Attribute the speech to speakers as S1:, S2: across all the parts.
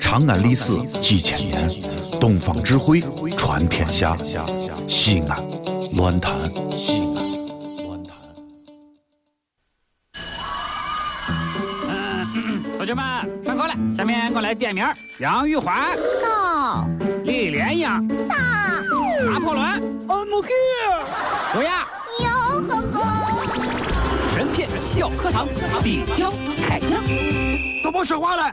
S1: 长安历史几千年，东方智慧传天下。西安，乱谈西安，乱谈。
S2: 同学们，上课了，下面给我来点名儿：杨玉环、
S3: 到
S2: 李莲英、
S3: 大
S2: 拿破仑、I'm here、卓雅、
S3: 哟呵呵，
S2: 神片小课堂、底雕开讲。都别说话了。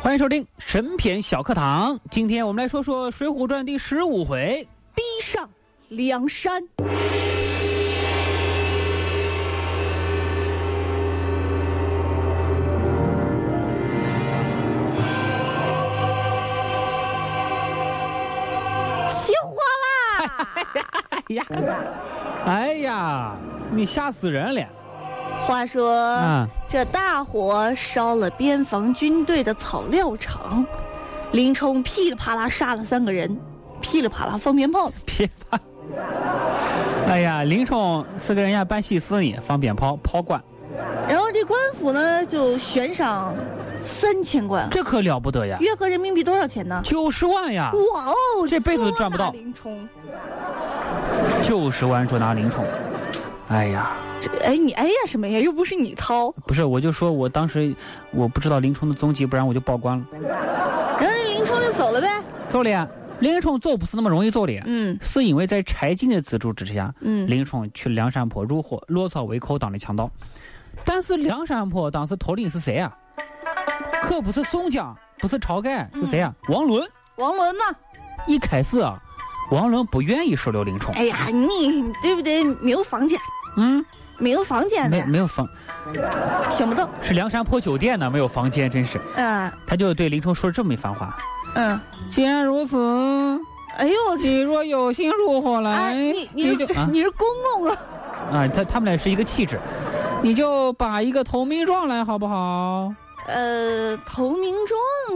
S2: 欢迎收听神篇小课堂，今天我们来说说《水浒传》第十五回。
S3: 逼上梁山，起火啦！
S2: 哎呀，哎呀，你吓死人了！
S3: 话说，
S2: 啊
S3: 这大火烧了边防军队的草料场，林冲噼里啪啦杀了三个人，噼里啪啦放鞭炮。
S2: 别怕。哎呀，林冲是个人家办喜事呢，放鞭炮炮管，
S3: 然后这官府呢就悬赏三千贯，
S2: 这可了不得呀，
S3: 约合人民币多少钱呢？
S2: 九十万呀，
S3: 哇哦，
S2: 这辈子赚不到
S3: 捉拿林冲，
S2: 九十万捉拿林冲。哎呀，
S3: 这哎你哎呀什么呀？又不是你掏。
S2: 不是，我就说我当时我不知道林冲的踪迹，不然我就曝光了。啊
S3: 然后这林冲就走了呗。
S2: 走了呀，林冲走不是那么容易走的呀，
S3: 嗯
S2: 是因为在柴进的资助之下，
S3: 嗯，
S2: 林冲去梁山泊入伙，落草为寇，当了强盗。但是梁山泊当时头领是谁啊？可不是宋江，不是晁盖，是谁啊？
S3: 嗯
S2: 王伦。
S3: 王伦嘛，
S2: 一开始啊，王伦不愿意收留林冲，
S3: 哎呀你你对不对？没有房间，
S2: 嗯，
S3: 没有房间
S2: 没
S3: 了，
S2: 没有房，
S3: 听不到。
S2: 是梁山泊酒店呢，没有房间，真是。
S3: 嗯
S2: 他就对林冲说这么一番话：
S3: 嗯，
S2: 既然如此，
S3: 哎呦我去。
S2: 你若有心入伙
S3: 哎，
S2: 来，
S3: 你你
S2: 就是啊
S3: 你是公公了，
S2: 啊，他他们俩是一个气质，你就把一个投名状来好不好？
S3: 呃，投名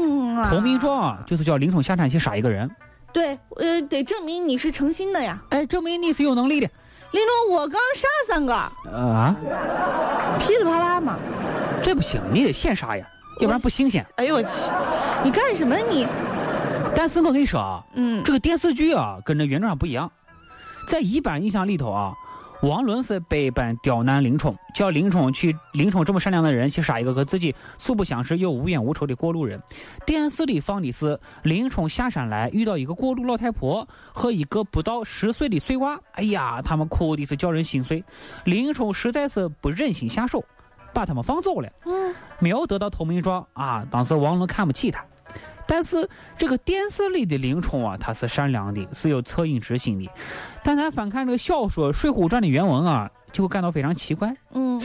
S3: 状啊，
S2: 投名，状啊，就是叫林冲下山去杀一个人，
S3: 对，呃，得证明你是诚心的呀。
S2: 哎，证明你是有能力的。
S3: 林冲，我刚杀三个，
S2: 呃啊，
S3: 噼里啪啦嘛。
S2: 这不行，你得现杀呀，要不然不新鲜。
S3: 哎呦我去，你干什么你？
S2: 但是我跟你说啊，
S3: 嗯，
S2: 这个电视剧啊，跟这原著上不一样。在一般印象里头啊，王伦是百般刁难林冲，叫林冲去，林冲这么善良的人去杀一个和自己素不相识又无冤无仇的过路人。电视里放的是林冲下山来遇到一个过路老太婆和一个不到十岁的碎娃，哎呀，他们哭的是叫人心碎。林冲实在是不忍心下手，把他们放走了。
S3: 嗯，
S2: 没有得到投名状啊，当时王伦看不起他。但是这个电视里的林冲啊，他是善良的，是有恻隐之心的。但咱翻看这个小说《水浒传》的原文啊，就会感到非常奇怪，
S3: 嗯，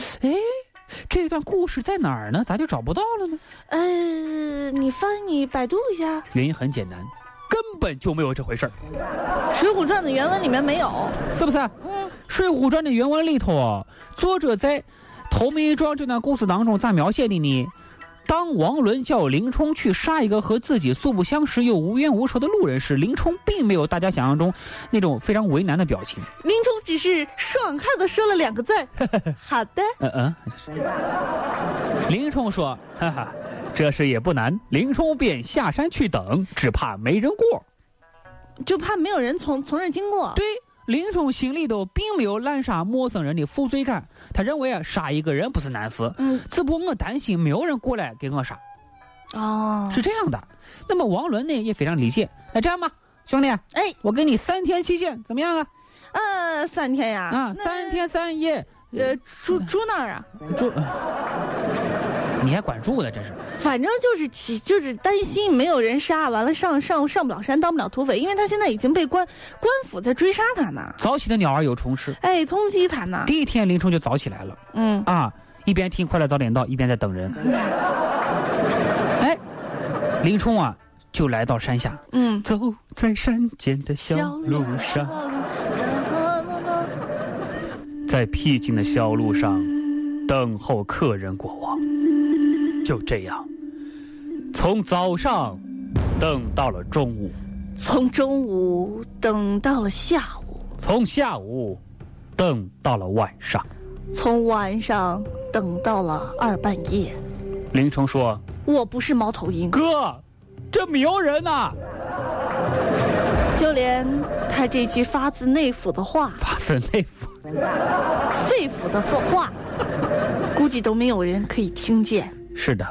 S2: 这段故事在哪儿呢？咋就找不到了呢？
S3: 呃，你翻你百度一下，
S2: 原因很简单，根本就没有这回事儿，
S3: 《水浒传》的原文里面没有。
S2: 是不是？啊《
S3: 嗯，
S2: 水浒传》的原文里头啊，作者在投名状这段故事当中咋描写的呢？当王伦叫林冲去杀一个和自己素不相识又无冤无仇的路人时，林冲并没有大家想象中那种非常为难的表情。
S3: 林冲只是爽快的说了两个字 儿好的，
S2: 嗯嗯，林冲说：“哈哈，这事也不难。”林冲便下山去等，只怕没人过。
S3: 就怕没有人从从这儿经过。
S2: 对，林冲心里头并没有滥杀陌生人的负罪感，他认为啊，杀一个人不是难事，
S3: 嗯，
S2: 只不过我担心没有人过来给我杀，
S3: 哦，
S2: 是这样的。那么王伦呢也非常理解。那这样吧，兄弟，啊
S3: 哎，
S2: 我给你三天期限，怎么样啊？
S3: 呃，三天呀，
S2: 啊，
S3: 那
S2: 三，天三夜，
S3: 呃，住住那儿啊？
S2: 住，你还管住呢，真是。
S3: 反正就是起，就是担心没有人杀，完了上上上不了山，当不了土匪，因为他现在已经被官官府在追杀他呢，
S2: 早起的鸟儿有虫吃。
S3: 哎，通缉他呢。
S2: 第一天林冲就早起来了
S3: 嗯，
S2: 啊，一边 听《快乐早点到》，一边在等人。哎，林冲啊，就来到山下，
S3: 嗯，
S2: 走在山间的小路上，在僻静的小路上等候客人过往。就这样，从早上等到了中午，
S3: 从中午等到了下午，
S2: 从下午等到了晚上。
S3: 从晚上等到了二半夜。
S2: 林冲说
S3: 我不是猫头鹰：“，
S2: 哥，这没有人啊呐、
S3: 就连他这句发自内腑的话，
S2: 发自内腑。
S3: 肺腑的话，估计都没有人可以听见。
S2: 是的，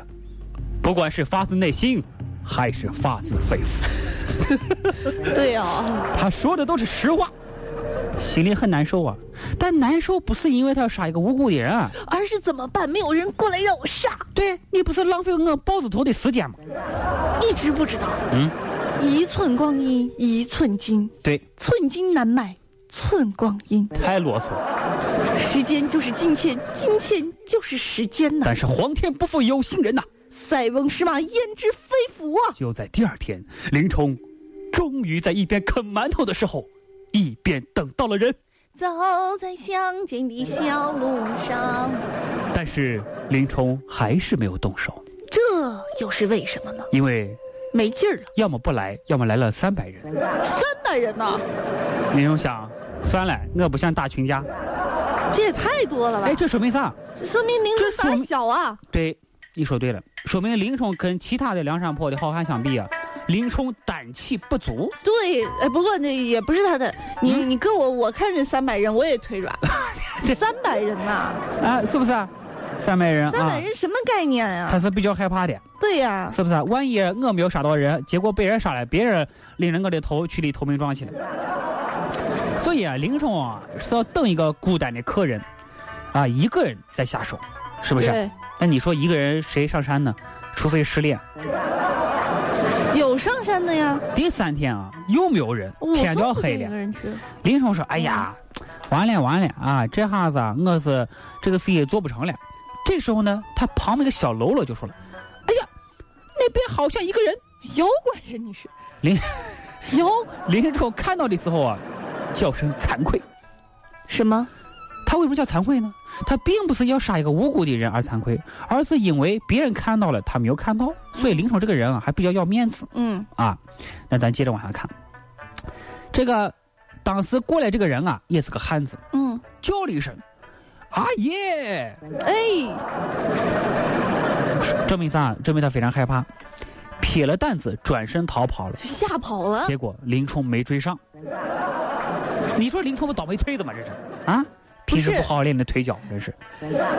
S2: 不管是发自内心，还是发自肺腑。
S3: 对哦，
S2: 他说的都是实话，心里很难受啊。但难受不是因为他要杀一个无辜的人、啊，
S3: 而是怎么办？没有人过来让我杀，
S2: 对你不是浪费我豹子头的时间吗？
S3: 你知不知道？
S2: 嗯，
S3: 一寸光阴一寸金，
S2: 对，
S3: 寸金难买寸光阴。
S2: 太啰嗦。了。
S3: 时间就是金钱，金钱就是时间呐、
S2: 但是皇天不负有心人呐、
S3: 塞翁失马，焉知非福啊！
S2: 就在第二天，林冲终于在一边啃馒头的时候，一边等到了人，
S3: 走在乡间的小路上，
S2: 但是林冲还是没有动手，
S3: 这又是为什么呢？
S2: 因为
S3: 没劲儿了，
S2: 要么不来，要么来了三百人。
S3: 三百人呐，
S2: 林冲想，算了，我不想打群架。
S3: 这也太多了吧
S2: 哎，？这说明啥？
S3: 说明您
S2: 这
S3: 的胆
S2: 说
S3: 儿
S2: 明
S3: 小啊！
S2: 对，你说对了，说明林冲跟其他的梁山泊的好汉相比啊，林冲胆气不足。
S3: 对，哎，不过那也不是他的，你、
S2: 嗯
S3: 你跟我，我看这三百人我也 腿软，三百人呐、
S2: 啊，是不是啊？三百人
S3: 三
S2: 啊
S3: 百，人什么概念呀、
S2: 他是比较害怕的，
S3: 对呀、
S2: 是不是啊？万一我没有杀到人，结果被人杀了，别人拎着我的头去里投名状去了。所以啊，林冲啊是要等一个孤单的客人，啊，一个人再下手，是不是？
S3: 对，
S2: 那你说一个人谁上山呢？除非失恋。
S3: 有上山的呀，
S2: 第三天啊，又没有人
S3: 我，
S2: 天
S3: 送
S2: 都
S3: 不
S2: 黑
S3: 定一
S2: 了
S3: 个。人去，
S2: 林冲说：“哎呀，完了完了啊，这下子啊，我是这个事也做不成了。”这时候呢，他旁边一个小喽啰就说了：“哎呀，那边好像一个人。
S3: 摇滚人你是
S2: 林
S3: 摇”
S2: 林冲看到的时候啊，叫声惭愧。
S3: 什么？
S2: 他为什么叫惭愧呢？他并不是要杀一个无辜的人而惭愧，而是因为别人看到了，他没有看到。所以林冲这个人啊，还比较要面子
S3: 嗯，
S2: 啊。那咱接着往下看，这个当时过来这个人啊，也是个汉子，
S3: 嗯，
S2: 叫了一声：“阿爷！”
S3: 哎，
S2: 证明啥？证明他非常害怕，撇了担子转身逃跑了。
S3: 吓跑了，
S2: 结果林冲没追上。你说林冲不倒霉催子吗？这是啊，平时
S3: 不是
S2: 不好好练练腿脚，真是。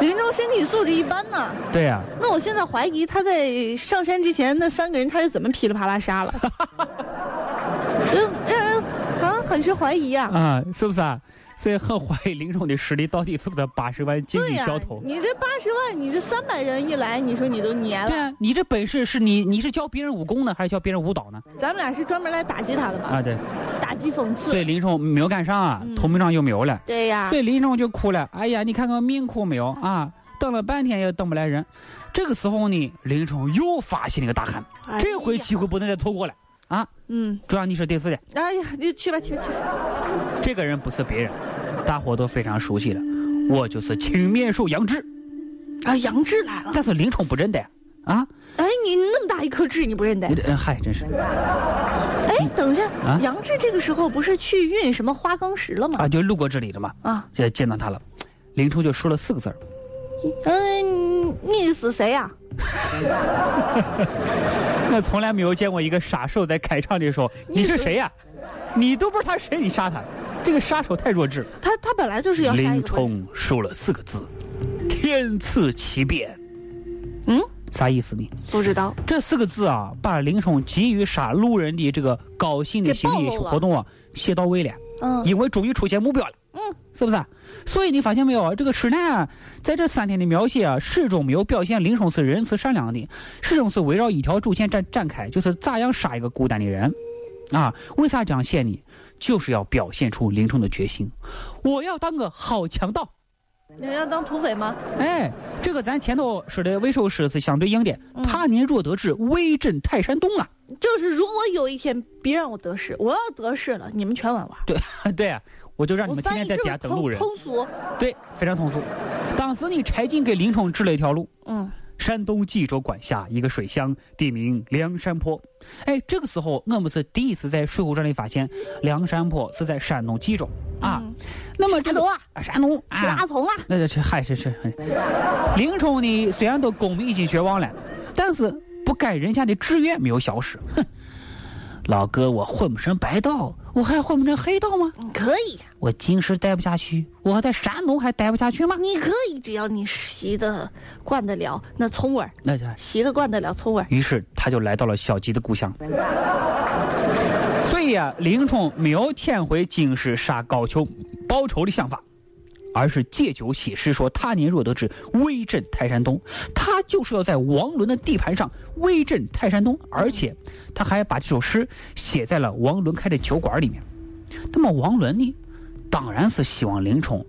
S3: 林冲身体素质一般呢。
S2: 对呀、
S3: 那我现在怀疑他在上山之前那三个人他是怎么噼里啪啦杀了，这让人啊很是怀疑
S2: 啊，
S3: 啊。
S2: 是不是啊？所以很怀疑林冲的实力到底是不是八十万金
S3: 对
S2: 鸡
S3: 呀、
S2: 交头。
S3: 你这八十万，你这三百人一来，你说你都黏
S2: 对
S3: 了。
S2: 啊，你这本事是你你是教别人武功呢，还是教别人舞蹈呢？
S3: 咱们俩是专门来打击他的吧？
S2: 嗯啊，对，
S3: 打击讽
S2: 所
S3: 刺。
S2: 以林冲没有赶上啊
S3: 嗯，
S2: 投名状又没有了。
S3: 对呀、
S2: 所以林冲就哭了。哎呀，你看看命苦没有啊？等了半天也等不来人。这个时候呢，林冲又发现了一个大汉，
S3: 哎呀
S2: 这回机会不能再错过了。
S3: 嗯，
S2: 中央你说对是的，
S3: 哎呀，你去吧去吧去吧。
S2: 这个人不是别人，大伙都非常熟悉了，我就是青面兽杨志。
S3: 啊，杨志来了。
S2: 但是林冲不认得呀，啊，
S3: 哎，你那么大一颗痣，你不认得
S2: 我？的嗨，真是
S3: 哎，等一下，
S2: 啊
S3: 杨志这个时候不是去运什么花岗石了吗？
S2: 啊，就路过这里了嘛，
S3: 啊，
S2: 就见到他了。林冲就说了四个字儿，
S3: 嗯，你是谁呀、
S2: 我从来没有见过一个杀手在开场的时候，你是谁呀、你都不是他谁，你杀他？这个杀手太弱智了。
S3: 他他本来就是要杀一
S2: 林
S3: 个人。
S2: 冲说了四个字：“天赐奇变。”
S3: 嗯，
S2: 啥意思呢？
S3: 不知道，
S2: 这四个字啊，把林冲急于杀路人的这个高兴的心理
S3: 给暴露了
S2: 活动啊写到位了，
S3: 嗯，
S2: 因为终于出现目标了。
S3: 嗯，
S2: 是不是啊？所以你发现没有啊，这个痴男啊，在这三天的描写啊，始终没有表现林冲是仁慈善良的，始终是围绕一条主线展展开，就是咋样杀一个孤单的人。啊，为啥这样写呢？就是要表现出林冲的决心，我要当个好强盗。
S3: 你要当土匪吗？
S2: 哎，这个咱前头说的魏寿诗是相对应的。
S3: 嗯
S2: 他年若得志，威震泰山东啊！
S3: 就是如果有一天别让我得势，我要得势了，你们全完完。
S2: 对啊，我就让你
S3: 我
S2: 们天天
S3: 翻译
S2: 在
S3: 这
S2: 底
S3: 么
S2: 下等路
S3: 通
S2: 人。啊
S3: 通俗，
S2: 对，非常通俗。当时呢，柴进给林冲指了一条路，
S3: 嗯，
S2: 山东冀州管辖一个水乡，地名梁山泊。哎，这个时候我们是第一次在《水浒传》里发现，梁山泊是在山东冀州啊。
S3: 嗯
S2: 那么这
S3: 山
S2: 个
S3: 东啊，
S2: 啊山东
S3: 是
S2: 啊
S3: 阿，从啊，
S2: 那这这嗨这这，林冲呢虽然都功名已经绝望了，但是不改人家的志愿没有消失。哼，老哥，我混不成白道，我还混不成黑道吗？
S3: 你可以，
S2: 我京师待不下去，我还在山东还待不下去吗？
S3: 你可以，只要你习得惯得了那葱味儿，
S2: 那就。
S3: 习得惯得了葱味儿。
S2: 于是他就来到了小吉的故乡。所以啊，林冲没有潜回京师杀高俅报仇的想法，而是借酒喜事，说他年若得志，威震泰山东。他就是要在王伦的地盘上威震泰山东，而且他还把这首诗写在了王伦开的酒馆里面。那么王伦呢，当然是希望林冲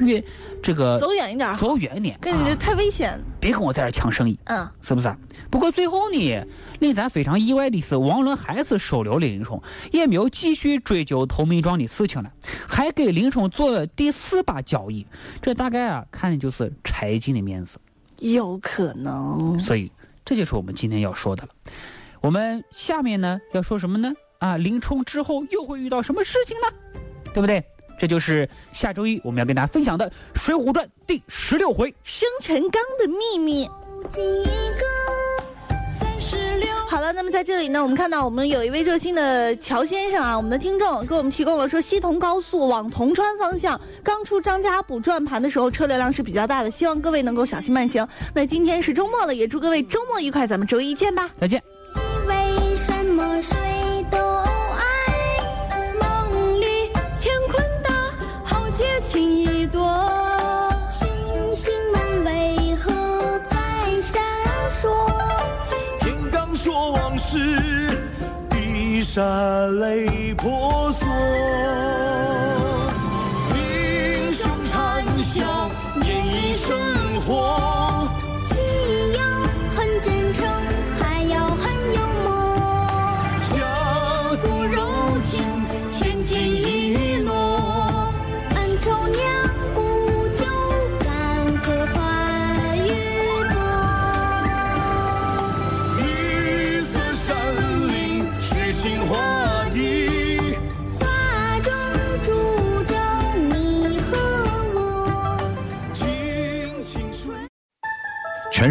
S2: 越这个
S3: 走远一点儿，
S2: 走远一点，
S3: 跟你这
S2: 啊
S3: 太危险。
S2: 别跟我在这儿抢生意。
S3: 嗯，
S2: 是不是啊？不过最后呢，令咱非常意外的是，王伦还是收留了林冲，也没有继续追究投名状的事情了，还给林冲做了第四把交易。这大概啊，看的就是柴进的面子。
S3: 有可能。
S2: 所以这就是我们今天要说的了。我们下面呢要说什么呢？啊，林冲之后又会遇到什么事情呢？对不对？这就是下周一我们要跟大家分享的《水浒传》第十六回。
S3: 生辰纲的秘密。好了，那么在这里呢，我们看到我们有一位热心的乔先生啊，我们的听众给我们提供了说，西同高速往铜川方向刚出张家堡转盘的时候，车流量是比较大的，希望各位能够小心慢行。那今天是周末了，也祝各位周末愉快，咱们周一见吧。
S2: 再见。
S4: 为什么谁都爱？梦里乾坤大，豪杰情意多。星星们为何在闪烁？
S1: 天罡说往事，碧山泪婆娑。英雄谈笑，演绎生活。
S4: 既要很真诚，还要很幽默。
S1: 侠骨柔情，千金一诺。
S4: 恩仇两古旧，干戈话语多。
S1: 雨伞山林，诗情画意。
S4: 画中住着你和我。
S1: 轻轻睡。全